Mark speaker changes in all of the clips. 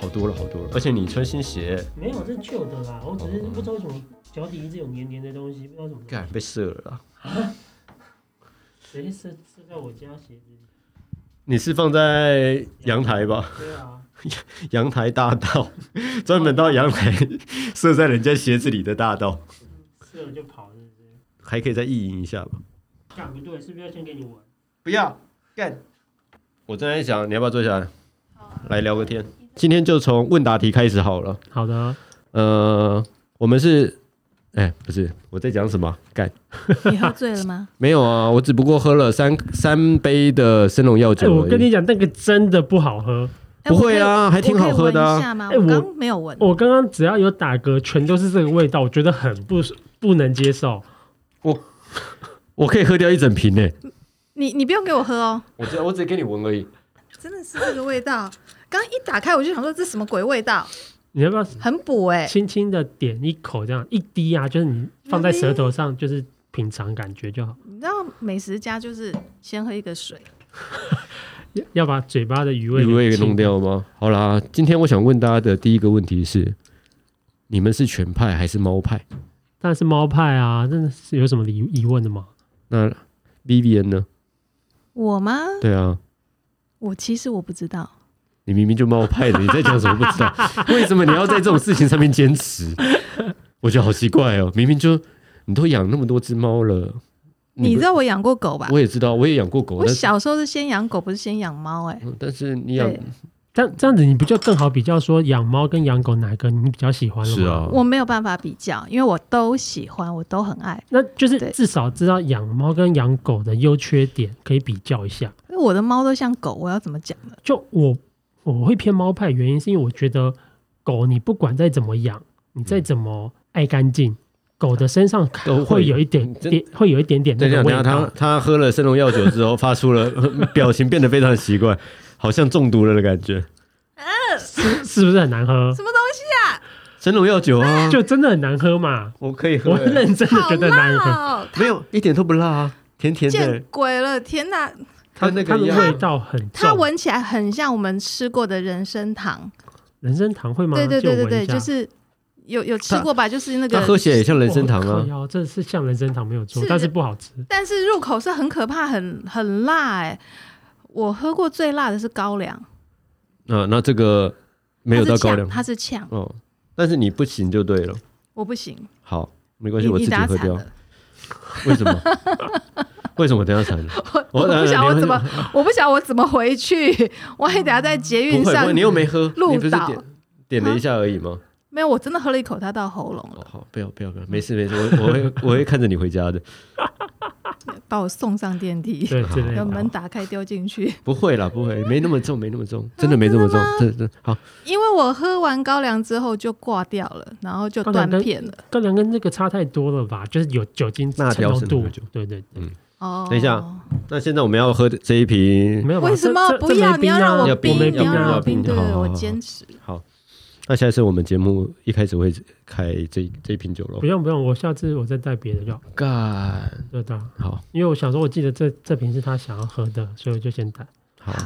Speaker 1: 好多了，好多了。而且你穿新鞋，
Speaker 2: 没有，这是旧的啦，我只是不知道为什么脚底一直有黏黏的东西，不知道怎么。
Speaker 1: 哦干被射了啦！
Speaker 2: 谁射射在我家鞋子里？
Speaker 1: 你是放在阳台吧？
Speaker 2: 对啊，
Speaker 1: 阳台大道， 专门到阳台射在人家鞋子里的大道，
Speaker 2: 射了就跑，是不是？
Speaker 1: 还可以再意淫一下吧？
Speaker 2: 干不对，啊是不是要先给你闻？
Speaker 1: 不要干！我正在想，你要不要坐下来
Speaker 3: 好啊
Speaker 1: 来聊个天？今天就从问答题开始好了。
Speaker 2: 好的，啊
Speaker 1: 呃，我们是，哎、不是我在讲什么？干
Speaker 3: 你喝醉了吗？
Speaker 1: 没有啊，我只不过喝了三三杯的生龙药
Speaker 2: 哎，
Speaker 1: 酒
Speaker 2: 我
Speaker 1: 而
Speaker 2: 跟
Speaker 1: 已。
Speaker 2: 你讲，那个真的不好喝。
Speaker 3: 哎
Speaker 1: 不会啊
Speaker 3: 我可以
Speaker 1: 还挺好喝的啊
Speaker 3: 我可以闻一下吗？
Speaker 2: 哎
Speaker 3: 我
Speaker 2: 我
Speaker 3: 刚没有闻。
Speaker 2: 我刚刚只要有打嗝，全都是这个味道，我觉得很不不能接受。
Speaker 1: 我可以喝掉一整瓶呢、
Speaker 3: 你你不用给我喝哦，
Speaker 1: 我只我只给你闻而已。
Speaker 3: 真的是这个味道。刚一打开我就想说这什么鬼味道，
Speaker 2: 你要不要
Speaker 3: 很补哎、
Speaker 2: 轻轻的点一口，这样一滴啊，就是你放在舌头上，就是品尝感觉就好。
Speaker 3: 你知道美食家就是先喝一个水，
Speaker 2: 要要把嘴巴的余味
Speaker 1: 你不会给
Speaker 2: 清
Speaker 1: 弄。掉吗？好啦，今天我想问大家的第一个问题是：你们是犬派还是猫派？
Speaker 2: 但是猫派啊，真的是有什么疑疑问的吗？
Speaker 1: 那 Vivian 呢？
Speaker 3: 我吗？
Speaker 1: 对啊，
Speaker 3: 我其实我不知道，
Speaker 1: 你明明就猫派的，你在讲什么不知道？为什么你要在这种事情上面坚持？我觉得好奇怪哦，明明就你都养那么多只猫了，
Speaker 3: 你
Speaker 1: 不
Speaker 3: 知道我养过狗吧？
Speaker 1: 我也知道，我也养过狗，
Speaker 3: 我
Speaker 1: 但是
Speaker 3: 小时候是先养狗，不是先养猫哎、
Speaker 1: 嗯但是你养
Speaker 3: 对，
Speaker 2: 但这样子你不就更好比较说养猫跟养狗哪个你比较喜欢了吗？
Speaker 1: 是啊，
Speaker 3: 我没有办法比较，因为我都喜欢，我都很爱。
Speaker 2: 那就是
Speaker 3: 对
Speaker 2: 至少知道养猫跟养狗的优缺点，可以比较一下。
Speaker 3: 因为我的猫都像狗，我要怎么讲呢？
Speaker 2: 就我我会偏猫派，原因是因为我觉得狗你不管再怎么养，你再怎么爱干净，狗的身上
Speaker 1: 都
Speaker 2: 会有一点
Speaker 1: 嗯真
Speaker 2: 点，会有一点点那
Speaker 1: 等一下，
Speaker 2: 个
Speaker 1: 等
Speaker 2: 味
Speaker 1: 一下，他
Speaker 2: 道。
Speaker 1: 他喝了生龙药酒之后，发出了呃表情变得非常奇怪，好像中毒了的感觉。
Speaker 2: 是是不是很难喝？
Speaker 3: 什么东西
Speaker 1: 生龙药酒 啊，
Speaker 2: 就真的很难喝嘛？
Speaker 1: 我可以喝
Speaker 2: 我
Speaker 1: 欸、
Speaker 2: 认真的觉得难喝，
Speaker 3: 哦，
Speaker 1: 没有一点都不辣啊，甜甜的
Speaker 3: 见。鬼了！天哪，
Speaker 1: 它
Speaker 2: 的
Speaker 1: 那个
Speaker 2: 它的
Speaker 1: 样
Speaker 2: 味道很
Speaker 3: 它
Speaker 2: 重。
Speaker 3: 闻起来很像我们吃过的人参糖。
Speaker 2: 人参糖会吗？
Speaker 3: 对对对对
Speaker 2: 借我闻
Speaker 3: 对，
Speaker 2: 一下
Speaker 3: 就是有有吃过吧？就是那
Speaker 1: 它
Speaker 3: 个
Speaker 1: 喝起来也像人参糖
Speaker 2: 哇
Speaker 1: 啊
Speaker 2: 靠，腰这是像人参糖没有错
Speaker 3: 是，
Speaker 2: 但是不好吃。
Speaker 3: 但是入口是很可怕，很很辣哎、我喝过最辣的是高粱，
Speaker 1: 啊，那这个没有到高粱
Speaker 3: 它是呛，它是呛
Speaker 1: 哦，但是你不行就对了。
Speaker 3: 我不行，
Speaker 1: 好，没关系，
Speaker 3: 你
Speaker 1: 我自
Speaker 3: 你
Speaker 1: 己
Speaker 3: 打
Speaker 1: 喝
Speaker 3: 惨
Speaker 1: 掉。
Speaker 3: 了，
Speaker 1: 为什么？ 为什么等一下惨了？哦
Speaker 3: 我 我
Speaker 1: 等
Speaker 3: 不
Speaker 1: 下
Speaker 3: 想我
Speaker 1: 你
Speaker 3: 怎么，我不想我怎么回去， 万一等下在捷
Speaker 1: 不
Speaker 3: 运
Speaker 1: 会，不
Speaker 3: 上
Speaker 1: 会，你又没喝，
Speaker 3: 鹿
Speaker 1: 你不是
Speaker 3: 岛
Speaker 1: 点点了一下而已吗？
Speaker 3: 没有，我真的喝了一口，它到喉咙
Speaker 1: 哦
Speaker 3: 了，
Speaker 1: 好，不要不要不要，没事没事，我我会我会看着你回家的。哦
Speaker 3: 把我送上电梯，
Speaker 2: 对对
Speaker 3: 把
Speaker 1: 有
Speaker 2: 对，
Speaker 3: 门打开丢进去。
Speaker 1: 不会啦，不会，没那么重，没那么重，真的没这么重，真真好。
Speaker 3: 因为我喝完高粱之后就挂掉了，然后就断片了。
Speaker 2: 高粱跟这个差太多了吧？就是有酒精
Speaker 1: 辣
Speaker 2: 成
Speaker 1: 椒
Speaker 2: 浓
Speaker 1: 是
Speaker 2: 度
Speaker 1: 哪个酒，
Speaker 2: 对对对，
Speaker 3: 哦，
Speaker 1: 等一下那现在我们要喝的这一瓶，
Speaker 2: 没有吧
Speaker 3: 为什么
Speaker 2: 这这
Speaker 3: 不要？
Speaker 2: 这没
Speaker 3: 你
Speaker 2: 冰啊
Speaker 3: 要让
Speaker 1: 要
Speaker 3: 我
Speaker 1: 冰
Speaker 3: 冰，
Speaker 2: 我没
Speaker 3: 你
Speaker 2: 冰
Speaker 3: 要
Speaker 2: 啊
Speaker 3: 让
Speaker 1: 要
Speaker 3: 我
Speaker 1: 冰
Speaker 3: 冰，对
Speaker 1: 好
Speaker 3: 对，对
Speaker 1: 好
Speaker 3: 我
Speaker 1: 好
Speaker 3: 坚持。
Speaker 1: 好，那下一次我们节目一开始会开这这一瓶酒喽
Speaker 2: 不。用不用，我下次我再带别的就好。
Speaker 1: 干，
Speaker 2: 对的，
Speaker 1: 好
Speaker 2: 因为我想说，我记得这这瓶是他想要喝的，所以我就先带。
Speaker 1: 好。
Speaker 2: 就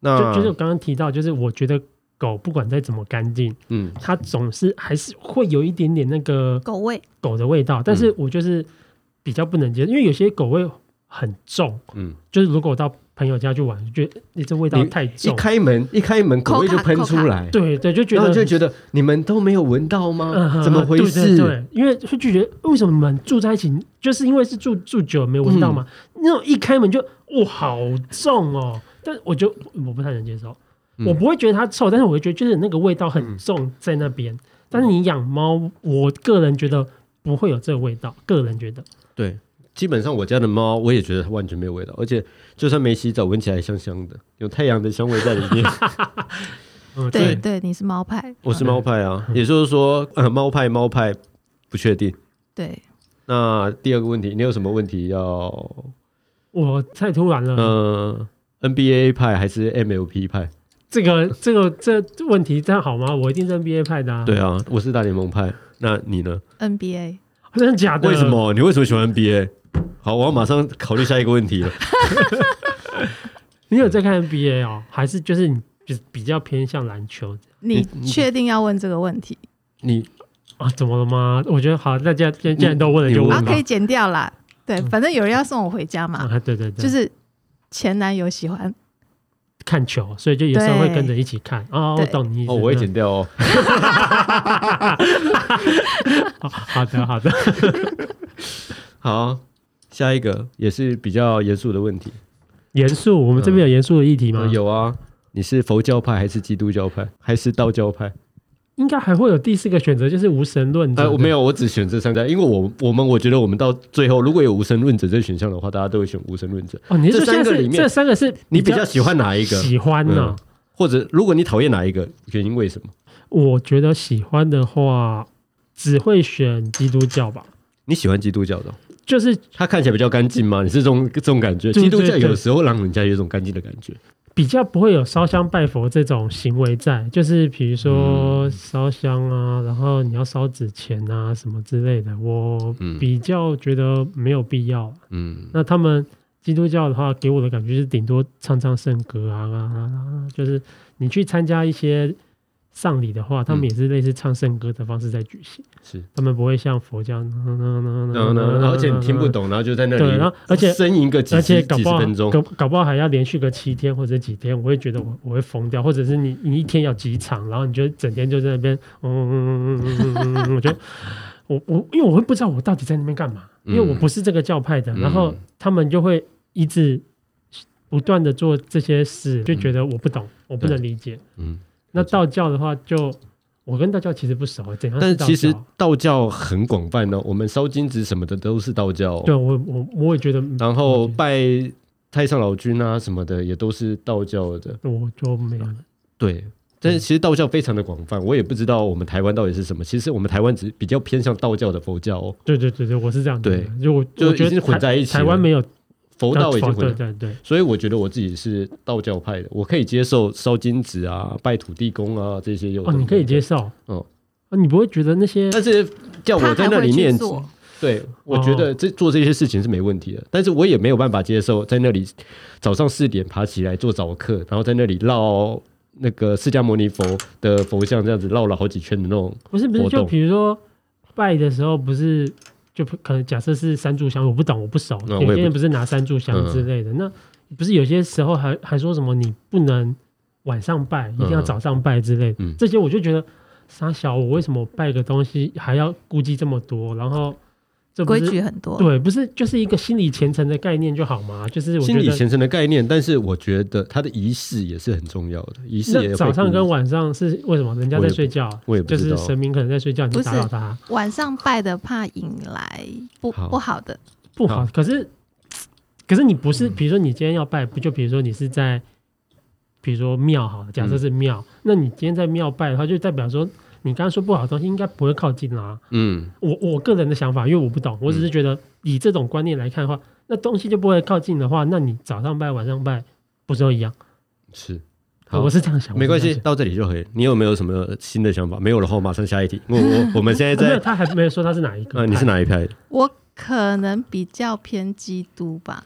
Speaker 1: 那
Speaker 2: 就是我刚刚提到，就是我觉得狗不管再怎么干净，
Speaker 1: 嗯，
Speaker 2: 它总是还是会有一点点那个
Speaker 3: 狗味，
Speaker 2: 狗的味道，但
Speaker 1: 嗯
Speaker 2: 是我就是比较不能接受，因为有些狗味很重，
Speaker 1: 嗯，
Speaker 2: 就是如果我到朋友家去玩，就觉得你这味道
Speaker 1: 你
Speaker 2: 太
Speaker 1: 一
Speaker 2: 重，
Speaker 1: 开门一开门，口味就喷出来，
Speaker 2: 对对，就觉
Speaker 1: 然后
Speaker 2: 得
Speaker 1: 就觉得你们都没有闻到吗？
Speaker 2: 嗯
Speaker 1: 怎么回
Speaker 2: 对对
Speaker 1: 事？
Speaker 2: 对，因为会拒绝，为什么你们住在一起，就是因为是住住久了没有闻到嘛？
Speaker 1: 嗯
Speaker 2: 那种一开门就哇，好重哦！但我就我不太能接受，
Speaker 1: 嗯
Speaker 2: 我不会觉得它臭，但是我会觉得就是那个味道很重在那边。但是你养猫，我个人觉得不会有这个味道，个人觉得
Speaker 1: 对，基本上我家的猫，我也觉得它完全没有味道，而且就算没洗澡，闻起来也香香的，有太阳的香味在里 面。
Speaker 2: 嗯，
Speaker 3: 对对，你是猫派，嗯
Speaker 1: 我是猫派啊，也就是说，呃，猫派猫派不确定。
Speaker 3: 对，
Speaker 1: 那第二个问题，你有什么问题要？
Speaker 2: 我太突然了。
Speaker 1: 呃，NBA 派还是 MLP 派？
Speaker 2: 这个这个这问题这样好吗？我一定是 NBA 派的、啊，
Speaker 1: 对，啊，我是大联盟派。那你呢？
Speaker 3: NBA
Speaker 2: 真的假的？
Speaker 1: 为什？么？你为什么喜欢 NBA？好，我要马上考虑下一个问题了。
Speaker 2: 你有在看 NBA 哦？还是就是你就是比较偏向篮球
Speaker 3: 你
Speaker 1: 你
Speaker 3: 确定要问这个问题？
Speaker 1: 你
Speaker 2: 啊？怎么了吗？我觉得好，大家既然既然都问了，
Speaker 1: 你
Speaker 2: 就
Speaker 1: 问
Speaker 3: 啊，
Speaker 2: 问吧
Speaker 3: 可。以剪掉啦。对，
Speaker 2: 嗯
Speaker 3: 反正有人要送我回家嘛，
Speaker 2: 啊，对对对，
Speaker 3: 就是前男友喜欢，
Speaker 2: 看球，所以就有时候
Speaker 3: 对
Speaker 2: 会跟着一起看。哦，我
Speaker 3: 对
Speaker 2: 懂你意思。
Speaker 4: 哦，我会剪掉哦。
Speaker 2: 好哦好的，好的。
Speaker 1: 好，下一个也是比较严肃的问题。
Speaker 2: 严肃，我们这边有严肃的议题吗？
Speaker 1: 呃，有啊，你是佛教派还是基督教派还是道教派？
Speaker 2: 应该还会有第四个选择，就是无神论者。
Speaker 1: 呃，我没有，我只选这三家，因为我我们我觉得我们到最后，如果有无神论者这个选项的话，大家都会选无神论者。
Speaker 2: 哦，你是
Speaker 1: 这
Speaker 2: 说
Speaker 1: 三
Speaker 2: 现在
Speaker 1: 个
Speaker 2: 是
Speaker 1: 里面
Speaker 2: 这三个是
Speaker 1: 你比较喜欢哪一个？嗯
Speaker 2: 喜欢啊呢？
Speaker 1: 或者如果你讨厌哪一个，原因为什么？
Speaker 2: 我觉得喜欢的话，只会选基督教吧。
Speaker 1: 你喜欢基督教的哦，
Speaker 2: 就是
Speaker 1: 它看起来比较干净吗？你是这种这种感觉？
Speaker 2: 对
Speaker 1: 基督教
Speaker 2: 对对
Speaker 1: 有时候让人家有一种干净的感觉。
Speaker 2: 比较不会有烧香拜佛这种行为在，就是比如说烧香啊，然后你要烧纸钱啊什么之类的，我
Speaker 1: 嗯
Speaker 2: 比较觉得没有必要。
Speaker 1: 嗯，
Speaker 2: 那他们基督教的话，给我的感觉是顶多唱唱圣歌啊啊啊啊，就是你去参加一些丧礼的话，他
Speaker 1: 嗯
Speaker 2: 们也是类似唱圣歌的方式在举行，
Speaker 1: 是。
Speaker 2: 他们不会像佛教，嗯
Speaker 1: 然后呢？然后而且你听不，懂，然后就在那里，
Speaker 2: 对然后而且
Speaker 1: 呻吟个几
Speaker 2: 而
Speaker 1: 十
Speaker 2: 且搞
Speaker 1: 几
Speaker 2: 不
Speaker 1: 十
Speaker 2: 好
Speaker 1: 分钟，
Speaker 2: 搞搞不好还要连续个七天或者几天，我会觉得我我会疯掉，或者是你你一天要几场，然后你就整天就在那边，嗯嗯嗯嗯嗯嗯，我就。我我因为我会不知道我到底在那边干嘛，因为我不是这个教派的，
Speaker 1: 嗯
Speaker 2: 然后他们就会一直不断的做这些事，就觉得我不懂，我不能理解。
Speaker 1: 嗯，
Speaker 2: 那道教的话就，我跟道教其实不熟，怎样
Speaker 1: 但
Speaker 2: 是
Speaker 1: 是
Speaker 2: 道
Speaker 1: 其实
Speaker 2: 教
Speaker 1: 道教很广泛哦，我们烧金纸什么的都是道教、哦，
Speaker 2: 对我我我也觉得，
Speaker 1: 然后拜太上老君啊什么的也都是道教的，
Speaker 2: 我就没有了。
Speaker 1: 对。但是其实道教非常的广泛，我也不知道我们台湾到底是什么。其实我们台湾只比较偏向道教的佛教、哦，
Speaker 2: 对对对对，我是这样觉得
Speaker 1: 对，
Speaker 2: 就我
Speaker 1: 就
Speaker 2: 我觉
Speaker 1: 已经
Speaker 2: 得
Speaker 1: 混在一起了
Speaker 2: 台台湾没有
Speaker 1: 佛道已经混
Speaker 2: 对
Speaker 1: 了。
Speaker 2: 对对，
Speaker 1: 所以我觉得我自己是道教派的，我可以接受烧金纸啊、拜土地公啊这些有的
Speaker 2: 哦，
Speaker 1: 没的。
Speaker 2: 你可以接受，
Speaker 1: 嗯
Speaker 2: 哦，你不会觉得那些
Speaker 1: 但是叫我
Speaker 3: 他
Speaker 1: 在
Speaker 3: 还
Speaker 1: 那
Speaker 3: 会
Speaker 1: 里
Speaker 3: 去
Speaker 1: 念，
Speaker 3: 做。
Speaker 1: 对我觉
Speaker 2: 哦
Speaker 1: 得这做这些事情是没问题的，但是我也没有办法接受在那里早上四点爬起来做早课，然后在那里绕那个释迦牟尼佛的佛像这样子绕了好几圈的那种。
Speaker 2: 不是不是，
Speaker 1: 活
Speaker 2: 就
Speaker 1: 动
Speaker 2: 比如说拜的时候不是。就可能假设是三炷香，我不懂，我不熟。
Speaker 1: 嗯我也不
Speaker 2: 有
Speaker 1: 嗯
Speaker 2: 些人不是拿三炷香之类的，那不是有些时候还还说什么你不能晚上拜，一定要
Speaker 1: 嗯
Speaker 2: 早上拜之类的。
Speaker 1: 嗯
Speaker 2: 这些我就觉得傻小，我为什么拜个东西还要顾忌这么多？然后这不
Speaker 3: 规
Speaker 2: 是
Speaker 3: 矩很多，
Speaker 2: 对，不是就是一个心理虔诚的概念就好吗？就是我觉
Speaker 1: 心
Speaker 2: 得
Speaker 1: 理虔诚的概念，但是我觉得它的仪式也是很重要的，仪式也
Speaker 2: 那
Speaker 1: 会
Speaker 2: 早上
Speaker 1: 顾
Speaker 2: 跟晚上是为什么？人家在睡觉啊，
Speaker 1: 我也不
Speaker 2: 就
Speaker 1: 知道
Speaker 2: 是神明可能在睡觉，你就
Speaker 3: 不是
Speaker 2: 打扰他
Speaker 3: 晚上拜的怕引来不
Speaker 1: 好
Speaker 3: 不好的，
Speaker 2: 不好。可是，可是你不
Speaker 1: 嗯
Speaker 2: 是，比如说你今天要拜，不就比如说你是在，比如说庙好了，假
Speaker 1: 嗯
Speaker 2: 设是庙，那你今天在庙拜的话，就代表说你刚刚说不好的东西应该不会靠近啦、
Speaker 1: 嗯，
Speaker 2: 我我个人的想法，因为我不懂，我只是觉得以这种观念来看的话，那东西就不会靠近的话，那你早上拜晚上拜不是都一样？
Speaker 1: 是好
Speaker 2: 我。是这样想，
Speaker 1: 没关系，
Speaker 2: 我是这样想。
Speaker 1: 到这里就可以。你有没有什么新的想法？没有的话，马上下一 题。我我我们现在
Speaker 2: 啊没有，
Speaker 1: 在
Speaker 2: 他还没有说他是哪一个。
Speaker 1: 呃，你是？哪一派的？
Speaker 3: 我可能比较偏基督吧。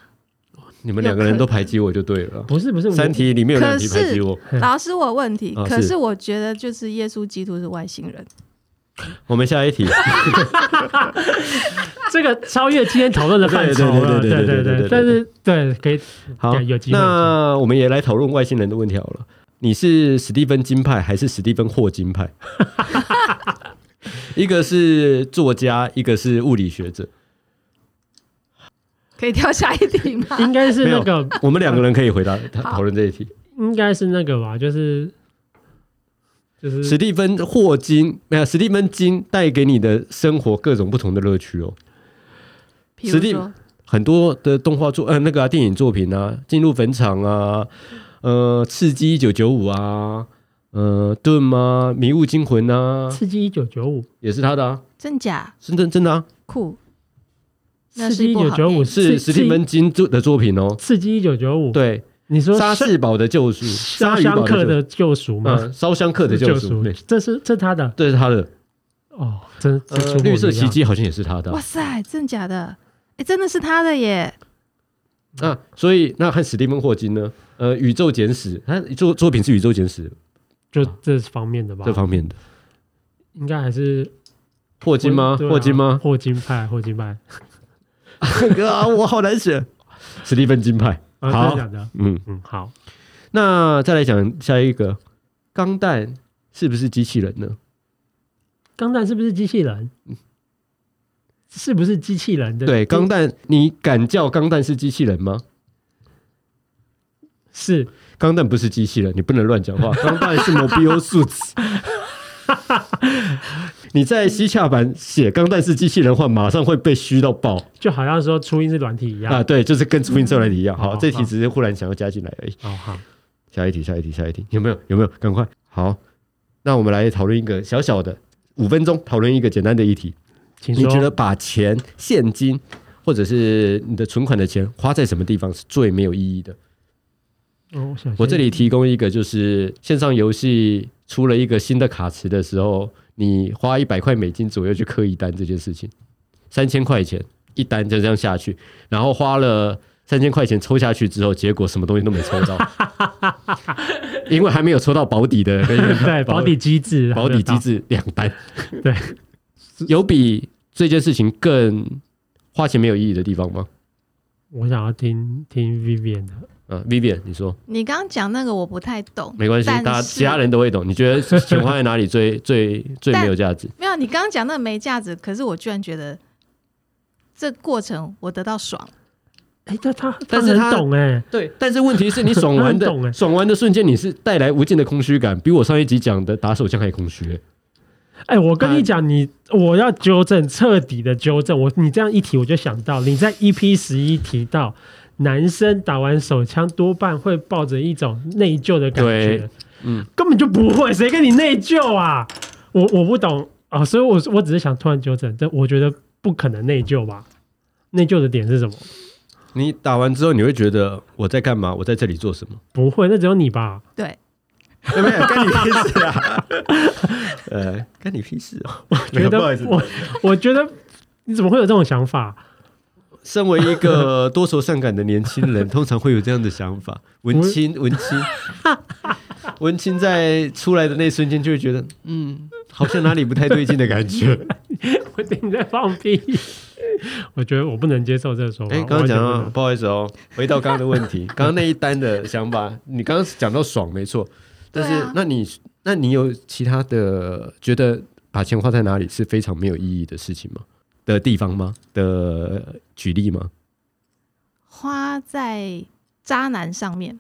Speaker 1: 你们两个人都排挤我就对了。
Speaker 2: 不是不是，我
Speaker 1: 三题里面有两题
Speaker 3: 可是
Speaker 1: 排挤我。
Speaker 2: 嗯
Speaker 3: 老师，我有问题
Speaker 1: 啊，
Speaker 3: 可
Speaker 1: 是
Speaker 3: 是我觉得就是耶稣基督是外星人，
Speaker 1: 我们下一 题。
Speaker 2: 这个超越今天讨论的范畴了，
Speaker 1: 对对对对对对
Speaker 2: 对
Speaker 1: 对对
Speaker 2: 但是对可以
Speaker 1: 好，
Speaker 2: 有机会
Speaker 1: 那我们也来讨论外星人的问题好了。你是史蒂芬金派还是史蒂芬霍金 派？一个是作家，一个是物理学者。
Speaker 3: 可以跳下一题 吗？
Speaker 1: 嗯
Speaker 2: 应该是那个，
Speaker 1: 我们两个人可以回答他讨论这一题。
Speaker 2: 应该是那个吧，就是就是
Speaker 1: 史蒂芬霍金没有，史蒂芬金带给你的生活各种不同的乐趣哦。
Speaker 3: 比如
Speaker 1: 实力
Speaker 3: 说，
Speaker 1: 很多的动画作，呃，那个、啊、电影作品啊，《进入坟场》啊，呃，《刺激一九九五》啊，呃，《盾》啊，《迷雾惊魂》啊，
Speaker 2: 刺激一九九五，
Speaker 1: 也是他的啊，
Speaker 3: 真假
Speaker 1: 是真真的啊，
Speaker 3: 酷，那
Speaker 2: 刺
Speaker 3: 是
Speaker 2: 激
Speaker 3: 一
Speaker 2: 一
Speaker 3: 部
Speaker 2: 九
Speaker 3: 好
Speaker 2: 九五
Speaker 3: 电
Speaker 1: 是史蒂，
Speaker 2: 刺
Speaker 1: 芬金作的作品哦。
Speaker 2: 刺激一九九五，，
Speaker 1: 对，
Speaker 2: 你
Speaker 1: 《
Speaker 2: 说
Speaker 1: 莎
Speaker 2: 是
Speaker 1: 士堡的救赎》，
Speaker 2: 烧
Speaker 1: 鲨鱼
Speaker 2: 香
Speaker 1: 堡
Speaker 2: 客
Speaker 1: 的
Speaker 2: 的嗯救赎
Speaker 1: 救赎，
Speaker 2: 吗？
Speaker 1: 嗯，烧香客的救赎，对，
Speaker 2: 这是这是他的
Speaker 1: 这是他的。
Speaker 2: 哦，真
Speaker 1: 呃
Speaker 2: 这出乎我
Speaker 1: 绿色
Speaker 2: 意料
Speaker 1: 奇迹好像也是他的啊
Speaker 3: 哇，塞，真假的，哎，真的是他的耶！
Speaker 1: 那所以那和史蒂芬霍金呢？呃，《宇宙简史》他作作品是《宇宙简史》
Speaker 2: 就这方面的吧
Speaker 1: 这，方面的。
Speaker 2: 应该还是
Speaker 1: 霍金吗？
Speaker 2: 对啊
Speaker 1: 霍金吗？
Speaker 2: 霍金派，霍金派，
Speaker 1: 哥啊，我好难选。史蒂芬金派，
Speaker 2: 啊，真
Speaker 1: 好
Speaker 2: 的假的？
Speaker 1: 嗯，
Speaker 2: 嗯，好，
Speaker 1: 那再来讲下一个，钢弹是不是机器人呢？
Speaker 2: 钢弹是不是机器人？是不是机器人的？
Speaker 1: 对，钢弹，你敢叫钢弹是机器人吗？
Speaker 2: 是
Speaker 1: 钢弹不是机器人，你不能乱讲 话。钢弹是 Mobile Suits。你在西洽版写钢弹是机器人的话，马上会被虚到爆
Speaker 2: 就好像说初音是软体一样。
Speaker 1: 啊！对，就是跟朱茵这来的一样。好，
Speaker 2: 好
Speaker 1: 这题
Speaker 2: 好
Speaker 1: 只是忽然想要加进来而已。
Speaker 2: 哦，好，
Speaker 1: 下一题，下一题，下一题，有没有？有没有？赶快！好，那我们来讨论一个小小的五分钟，讨论一个简单的议题。
Speaker 2: 请
Speaker 1: 你
Speaker 2: 说。
Speaker 1: 觉得把钱、现金或者是你的存款的钱花在什么地方是最没有意义的？
Speaker 2: 哦，我想
Speaker 1: 我这
Speaker 2: 里
Speaker 1: 里提供一个，就是线上游戏出了一个新的卡池的时候，你花一百块美金左右去氪一单这件事情，三千块钱一单就这样下去，然后花了三千块钱抽下去之后，结果什么东西都没抽到，因为还没有抽到保底的那个
Speaker 2: 对保底机制，
Speaker 1: 保底机
Speaker 2: 还没有
Speaker 1: 制两单，
Speaker 2: 对，
Speaker 1: 有比这件事情更花钱没有意义的地方吗？
Speaker 2: 到。我想要听听 Vivian 的，
Speaker 1: 嗯、v i v i a n 你说
Speaker 3: 你刚刚讲那个我不太懂，
Speaker 1: 没关系，
Speaker 3: 但是
Speaker 1: 大家其他人都会懂。你觉得钱花在哪里最 最最没有价值？
Speaker 3: 没有，你刚刚讲那个没价值，可是我居然觉得这过程我得到爽。
Speaker 2: 哎，但他
Speaker 1: 但是他
Speaker 2: 他很懂哎，
Speaker 1: 对，但是问题是你爽完
Speaker 2: 他很懂欸
Speaker 1: 的爽完的瞬间，你是带来无尽的空虚感，比我上一集讲的打手枪还空虚欸、
Speaker 2: 哎，我跟你
Speaker 1: 嗯
Speaker 2: 讲，你我要纠正，彻底的纠正我。你这样一提，我就想到你在 EP 十一提到，男生打完手枪多半会抱着一种内疚的感觉
Speaker 1: 对，嗯，
Speaker 2: 根本就不会，谁跟你内疚啊？我我不懂啊，所以我我只是想突然纠正，但我觉得不可能内疚吧？内疚的点是什么？
Speaker 1: 你打完之后，你会觉得我在干嘛？我在这里做什么？
Speaker 2: 不会，那只有你 吧？
Speaker 3: 对，
Speaker 1: 有 没有干你屁事啊？ 呃，干你屁事啊！我
Speaker 2: 觉得我我觉得你怎么会有这种想法？
Speaker 1: 身为一个多愁善感的年轻人，通常会有这样的想法。文青，文青，文青在出来的那一瞬间就会觉得，嗯，好像哪里不太对劲的感觉。
Speaker 2: 我觉得你在放屁！ 我觉得我不能接受这个说法。
Speaker 1: 哎，刚刚讲
Speaker 2: 我完
Speaker 1: 到，
Speaker 2: 全不能
Speaker 1: 不好意思哦，回到刚刚的问 题，刚刚那一单的想法，你刚刚讲到爽没错，但
Speaker 3: 对
Speaker 1: 是
Speaker 3: 啊
Speaker 1: 那你那你有其他的觉得把钱花在哪里是非常没有意义的事情吗？的地方吗？的举例吗？
Speaker 3: 花在渣男上面，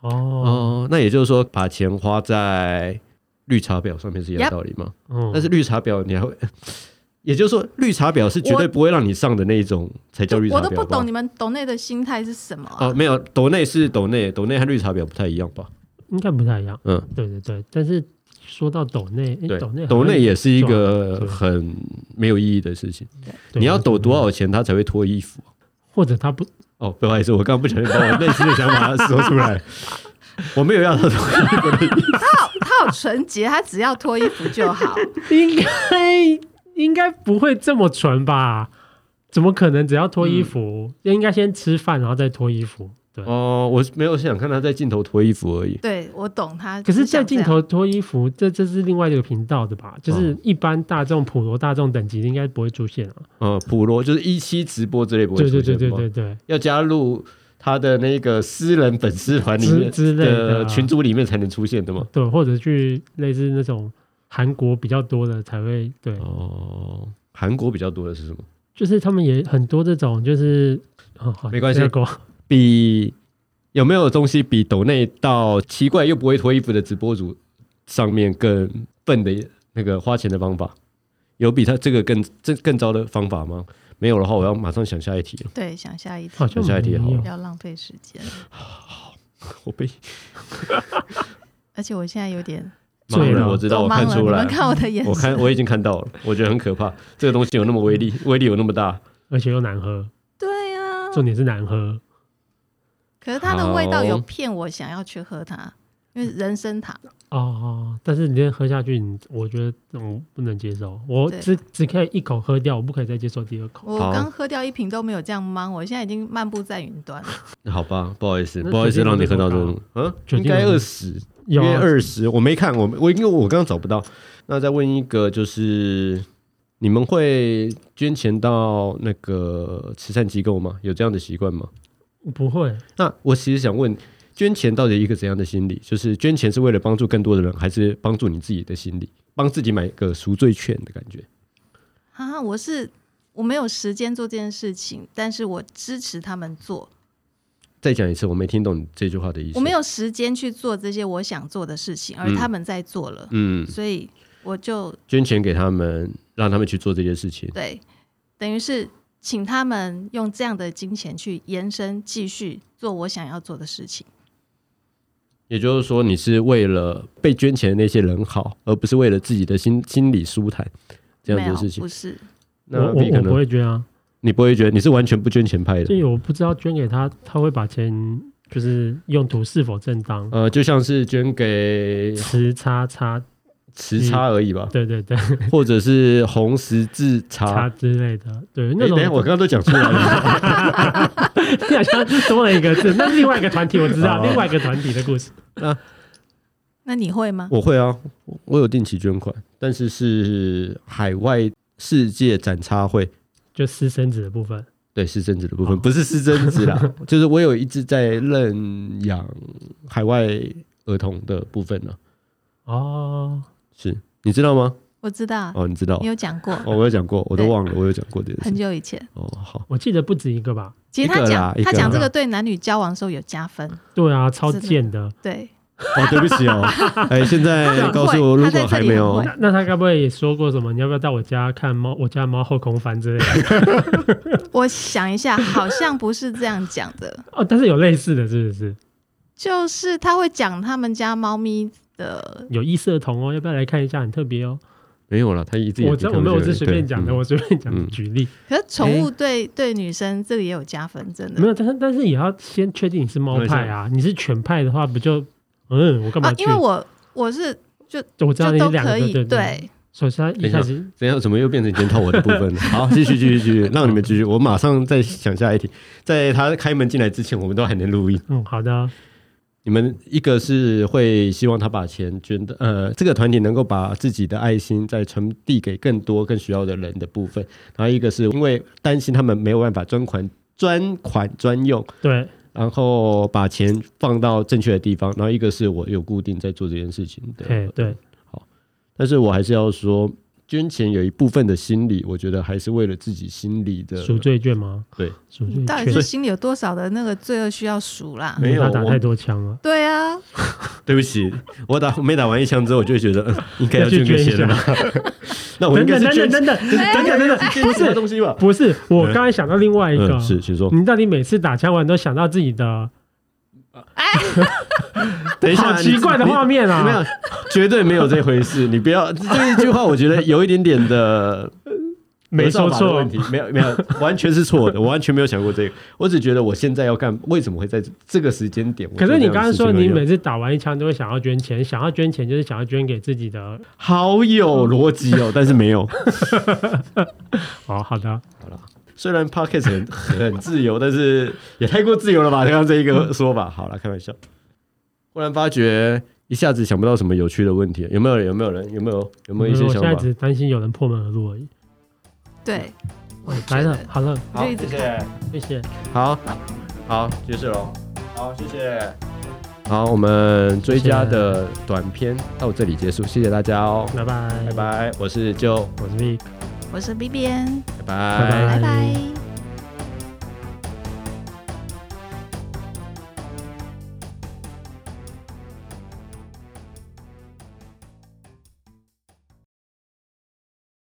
Speaker 2: 哦，
Speaker 1: 哦，那也就是说，把钱花在绿茶婊上面是一样的道理吗？
Speaker 2: 嗯
Speaker 1: 但是绿茶婊你还会， 也就是说，绿茶婊是绝对不会让你上的那一种才叫绿茶婊
Speaker 3: 我
Speaker 1: 吧。
Speaker 3: 都不懂你们懂内的心态是什么啊、
Speaker 1: 哦，没有，抖内是抖内，抖内和绿茶婊不太一样吧？
Speaker 2: 应该不太一样。
Speaker 1: 嗯，
Speaker 2: 对对对，但是说到抖内，诶
Speaker 1: 对
Speaker 2: 抖内，
Speaker 1: 抖内也是一
Speaker 2: 对
Speaker 1: 个很没有意义的事情。
Speaker 2: 对
Speaker 1: 你要抖多少钱，他才会脱衣服？
Speaker 2: 或者他不
Speaker 1: 哦，不好意思，我刚刚不小心把我内心的想法说出 来，我没有要他脱衣服的意思。
Speaker 3: 他好纯洁，他只要脱衣服就好。
Speaker 2: 应该应该不会这么纯吧？怎么可能？只要脱衣服，应该先吃饭，然后再脱衣服。对，
Speaker 1: 嗯哦，我没有想看他在镜头脱衣服而已。
Speaker 3: 对我懂他，
Speaker 2: 可是，在
Speaker 3: 只想这
Speaker 2: 镜
Speaker 3: 样
Speaker 2: 头脱衣服，这这是另外一个频道的吧？就是
Speaker 1: 哦
Speaker 2: 一般大众、普罗大众等级应该不会出现啊。
Speaker 1: 呃，普罗就是一期直播之类不会
Speaker 2: 对
Speaker 1: 出现
Speaker 2: 对
Speaker 1: 吗
Speaker 2: 对对对对，
Speaker 1: 要加入他的那个私人粉丝团里
Speaker 2: 之
Speaker 1: 面
Speaker 2: 之类的啊
Speaker 1: 的群组里面才能出现的吗？
Speaker 2: 对，或者去类似那种韩国比较多的才会对，
Speaker 1: 哦，韩国比较多的是什么？
Speaker 2: 就是他们也很多这种，就是哦好
Speaker 1: 没关系
Speaker 2: 这个狗
Speaker 1: 比有没有东西比抖内到奇怪又不会脱衣服的直播主上面更笨的那个花钱的方法？有比他这个更这更糟的方法吗？没有的话，我要马上想下一题 了。
Speaker 3: 对，想下一题，
Speaker 2: 好像
Speaker 1: 下一
Speaker 2: 没
Speaker 1: 题好了
Speaker 2: 有
Speaker 3: 不。要浪费时间。
Speaker 1: 我被
Speaker 3: 而且我现在有点
Speaker 2: 醉
Speaker 1: 忙
Speaker 2: 了
Speaker 1: 了，我知道，
Speaker 3: 都
Speaker 1: 我
Speaker 3: 懵
Speaker 1: 看
Speaker 3: 了
Speaker 1: 出
Speaker 3: 你
Speaker 1: 来
Speaker 3: 们，看我的眼
Speaker 1: 我看
Speaker 3: 神，
Speaker 1: 我已经看到了，我觉得很可怕。这个东西有那么威力，威力有那么大，
Speaker 2: 而且又难喝，
Speaker 3: 对啊。
Speaker 2: 重点是难喝。
Speaker 3: 可是它的味道
Speaker 1: 好
Speaker 3: 有骗我想要去喝它，因为人参糖，
Speaker 2: 哦，但是你这样喝下去，你我觉得我不能接受，我
Speaker 3: 对
Speaker 2: 只只可以一口喝掉，我不可以再接受第二口。
Speaker 3: 我
Speaker 1: 好
Speaker 3: 刚喝掉一瓶都没有这样忙，我现在已经漫步在云端了。
Speaker 1: 好吧，不好意思，
Speaker 2: 那
Speaker 1: 不好意思，
Speaker 2: 决定
Speaker 1: 让你喝到这
Speaker 2: 温度
Speaker 1: 种，嗯，
Speaker 2: 决
Speaker 1: 应
Speaker 2: 定温
Speaker 1: 该
Speaker 2: 度
Speaker 1: 二十，
Speaker 2: 有
Speaker 1: 因为
Speaker 2: 啊
Speaker 1: 二十，我没看，我我因为我刚刚找不到。那再问一个，就是你们会捐钱到那个慈善机构吗？有这样的习惯吗？
Speaker 2: 不会，
Speaker 1: 那我其实想问，捐钱到底一个怎样的心理？就是捐钱是为了帮助更多的人，还是帮助你自己的心理，帮自己买个赎罪券的感觉？
Speaker 3: 啊，我是我没有时间做这件事情，但是我支持他们做。
Speaker 1: 再讲一次，我没听懂你这句话的意思。
Speaker 3: 我没，有时间去做这些我想做的事情，而
Speaker 1: 嗯
Speaker 3: 他们在做了，
Speaker 1: 嗯，
Speaker 3: 所以我就
Speaker 1: 捐钱给他们，让他们去做这件事情。
Speaker 3: 对，等于是请他们用这样的金钱去延伸，继续做我想要做的事情。
Speaker 1: 也就是说，你是为了被捐钱的那些人好，而不是为了自己的心心理舒坦这
Speaker 3: 没
Speaker 1: 样
Speaker 3: 有，
Speaker 1: 子的事情
Speaker 3: 不。是，
Speaker 2: 我
Speaker 1: 那
Speaker 2: 我
Speaker 1: 你可
Speaker 2: 我不
Speaker 1: 能
Speaker 2: 会捐啊，
Speaker 1: 你不会觉得你是完全不捐钱派
Speaker 2: 所以
Speaker 1: 的，
Speaker 2: 我不知道捐给他，他会把钱就是用途是否正当，
Speaker 1: 呃，就像是捐给
Speaker 2: 吃叉叉，
Speaker 1: 慈差而已吧，
Speaker 2: 对对对，
Speaker 1: 或者是红十字
Speaker 2: 叉
Speaker 1: 茶。
Speaker 2: 之类的，对，
Speaker 1: 哎、
Speaker 2: 那
Speaker 1: 啊等
Speaker 2: 种
Speaker 1: 一下，我刚刚都讲出来了。
Speaker 2: 你好像多了一个字，那是另外一个团体，我知道
Speaker 1: 哦
Speaker 2: 另外一个团体的故事。
Speaker 3: 那你会吗？
Speaker 1: 我会啊，我我有定期捐款，但是是海外世界展叉会，
Speaker 2: 就私生子的部分，
Speaker 1: 对，是贞子的部分，
Speaker 2: 哦
Speaker 1: 不是是贞子啦， 就是我有一直在认养海外儿童的部分啊呢、
Speaker 2: 哦，
Speaker 1: 是你知道吗？
Speaker 3: 我知道啊，
Speaker 1: 哦，你知道
Speaker 3: 你，有讲过，
Speaker 1: 哦，我有讲过，我都忘了，我有讲过这件
Speaker 3: 很
Speaker 1: 事。
Speaker 3: 久以前。
Speaker 1: 哦，好，
Speaker 2: 我记得不止一个吧？
Speaker 3: 其实他
Speaker 1: 一个
Speaker 3: 讲
Speaker 1: 啦一个
Speaker 3: 他讲
Speaker 1: 啦
Speaker 3: 这个对男女交往的时候有加分，
Speaker 2: 对啊，超贱的。
Speaker 3: 对，
Speaker 1: 哦，对不起 哦，哎，现在告诉我，如
Speaker 3: 他
Speaker 1: 果还没
Speaker 3: 很会他在这里很
Speaker 1: 有
Speaker 3: 会，
Speaker 2: 那那他该不会也说过什么？你要不要到我家看猫？我家猫后空翻之类 的？
Speaker 3: 我想一下，好像不是这样讲的，
Speaker 2: 哦，但是有类似的，是不是？
Speaker 3: 就是他会讲他们家猫咪的，
Speaker 2: 有异色瞳哦，要不要来看一下？很特别哦。
Speaker 1: 没有了，他一直
Speaker 2: 我这我没有，我是随便讲的，我随便讲的
Speaker 1: 嗯
Speaker 2: 举例。
Speaker 3: 可是宠物对、对女生这个也有加分，真
Speaker 2: 没
Speaker 3: 的
Speaker 2: 有，但是但是也要先确定你是猫派啊。你是犬派的话，不就嗯，我干嘛
Speaker 3: 啊，
Speaker 2: 去？
Speaker 3: 因为我我是
Speaker 2: 我知道
Speaker 3: 就
Speaker 2: 你
Speaker 3: 都
Speaker 2: 两个
Speaker 3: 可以，
Speaker 2: 对不对。
Speaker 3: 对，
Speaker 2: 首先一开始
Speaker 1: 怎样？怎么又变成检讨我的部分 了？好，继续，继续，继续，让你们继续。我马上再想下一题。在他开门进来之前，我们都还能录音。
Speaker 2: 嗯，好的，
Speaker 1: 你们一个是会希望他把钱捐的，呃，这个团体能够把自己的爱心再传递给更多更需要的人的部分，然后一个是因为担心他们没有办法专款专款专用，
Speaker 2: 对，
Speaker 1: 然后把钱放到正确的地方，然后一个是我有固定在做这件事情
Speaker 2: 哎
Speaker 1: 的，
Speaker 2: 对，
Speaker 1: 但是我还是要说，捐钱有一部分的心理，我觉得还是为了自己心理的
Speaker 2: 赎罪券吗？
Speaker 1: 对，
Speaker 2: 赎罪
Speaker 3: 你到底
Speaker 2: 券
Speaker 3: 是心里有多少的那个罪恶需要赎啦？
Speaker 1: 没有
Speaker 2: 他打
Speaker 1: 我
Speaker 2: 太多枪了，
Speaker 3: 对啊，
Speaker 1: 对不起，我打我没打完一枪之后，我就会觉得、嗯、应该
Speaker 2: 要
Speaker 1: 要
Speaker 2: 去
Speaker 1: 捐给
Speaker 2: 捐一
Speaker 1: 谁了吧？ 那我应
Speaker 2: 等
Speaker 1: 该
Speaker 2: 等
Speaker 1: 是
Speaker 2: 等
Speaker 1: 捐
Speaker 2: 等等等，
Speaker 1: 等等等等，不
Speaker 2: 什么
Speaker 1: 东西吧？
Speaker 2: 不是，我刚才想到另外一个
Speaker 1: 嗯，，是，请说。
Speaker 2: 你到底每次打枪完都想到自己的
Speaker 1: 等一下，
Speaker 2: 好奇怪的画
Speaker 1: 面
Speaker 2: 面
Speaker 1: 没有
Speaker 2: 啊？，
Speaker 1: 绝对没有这回事。你不要 这一句话，我觉得有一点点的
Speaker 2: 没
Speaker 1: 合照
Speaker 2: 说
Speaker 1: 法的
Speaker 2: 错
Speaker 1: 问，题，没有没有，完全是错的， 我完全没有想过这个。我只觉得我现在要干，为什么会在这个时间点？
Speaker 2: 可是你刚刚说你每
Speaker 1: 们
Speaker 2: 次打完一枪都会想要捐钱，想要捐钱就是想要捐给自己的。
Speaker 1: 好有逻辑哦，但是没有。
Speaker 2: 哦，好的，
Speaker 1: 虽然 podcast 很很 自由，但是也太过自由了吧？刚刚这一个说法，好了，开玩笑。忽然发觉一下子想不到什么有趣的问题，有没有人？有没有人？有没有？有没有一些
Speaker 2: 嗯我
Speaker 1: 想
Speaker 2: 现在
Speaker 1: 法
Speaker 2: 只？是担心有人破门而入而已。
Speaker 3: 对，我
Speaker 2: 哦
Speaker 3: 也觉
Speaker 2: 来了
Speaker 3: 得，
Speaker 2: 好了，
Speaker 1: 好，
Speaker 3: 就一直
Speaker 1: 谢谢。
Speaker 2: 谢谢。
Speaker 1: 好，好，结束了。好，谢谢。好，我们追加的短片到这里结束，谢谢大家哦，
Speaker 2: 拜拜，
Speaker 1: 拜，拜，我是就，
Speaker 2: 我是 V，
Speaker 3: 我是 B B N，
Speaker 1: 拜
Speaker 2: 拜
Speaker 1: 拜
Speaker 3: 拜拜。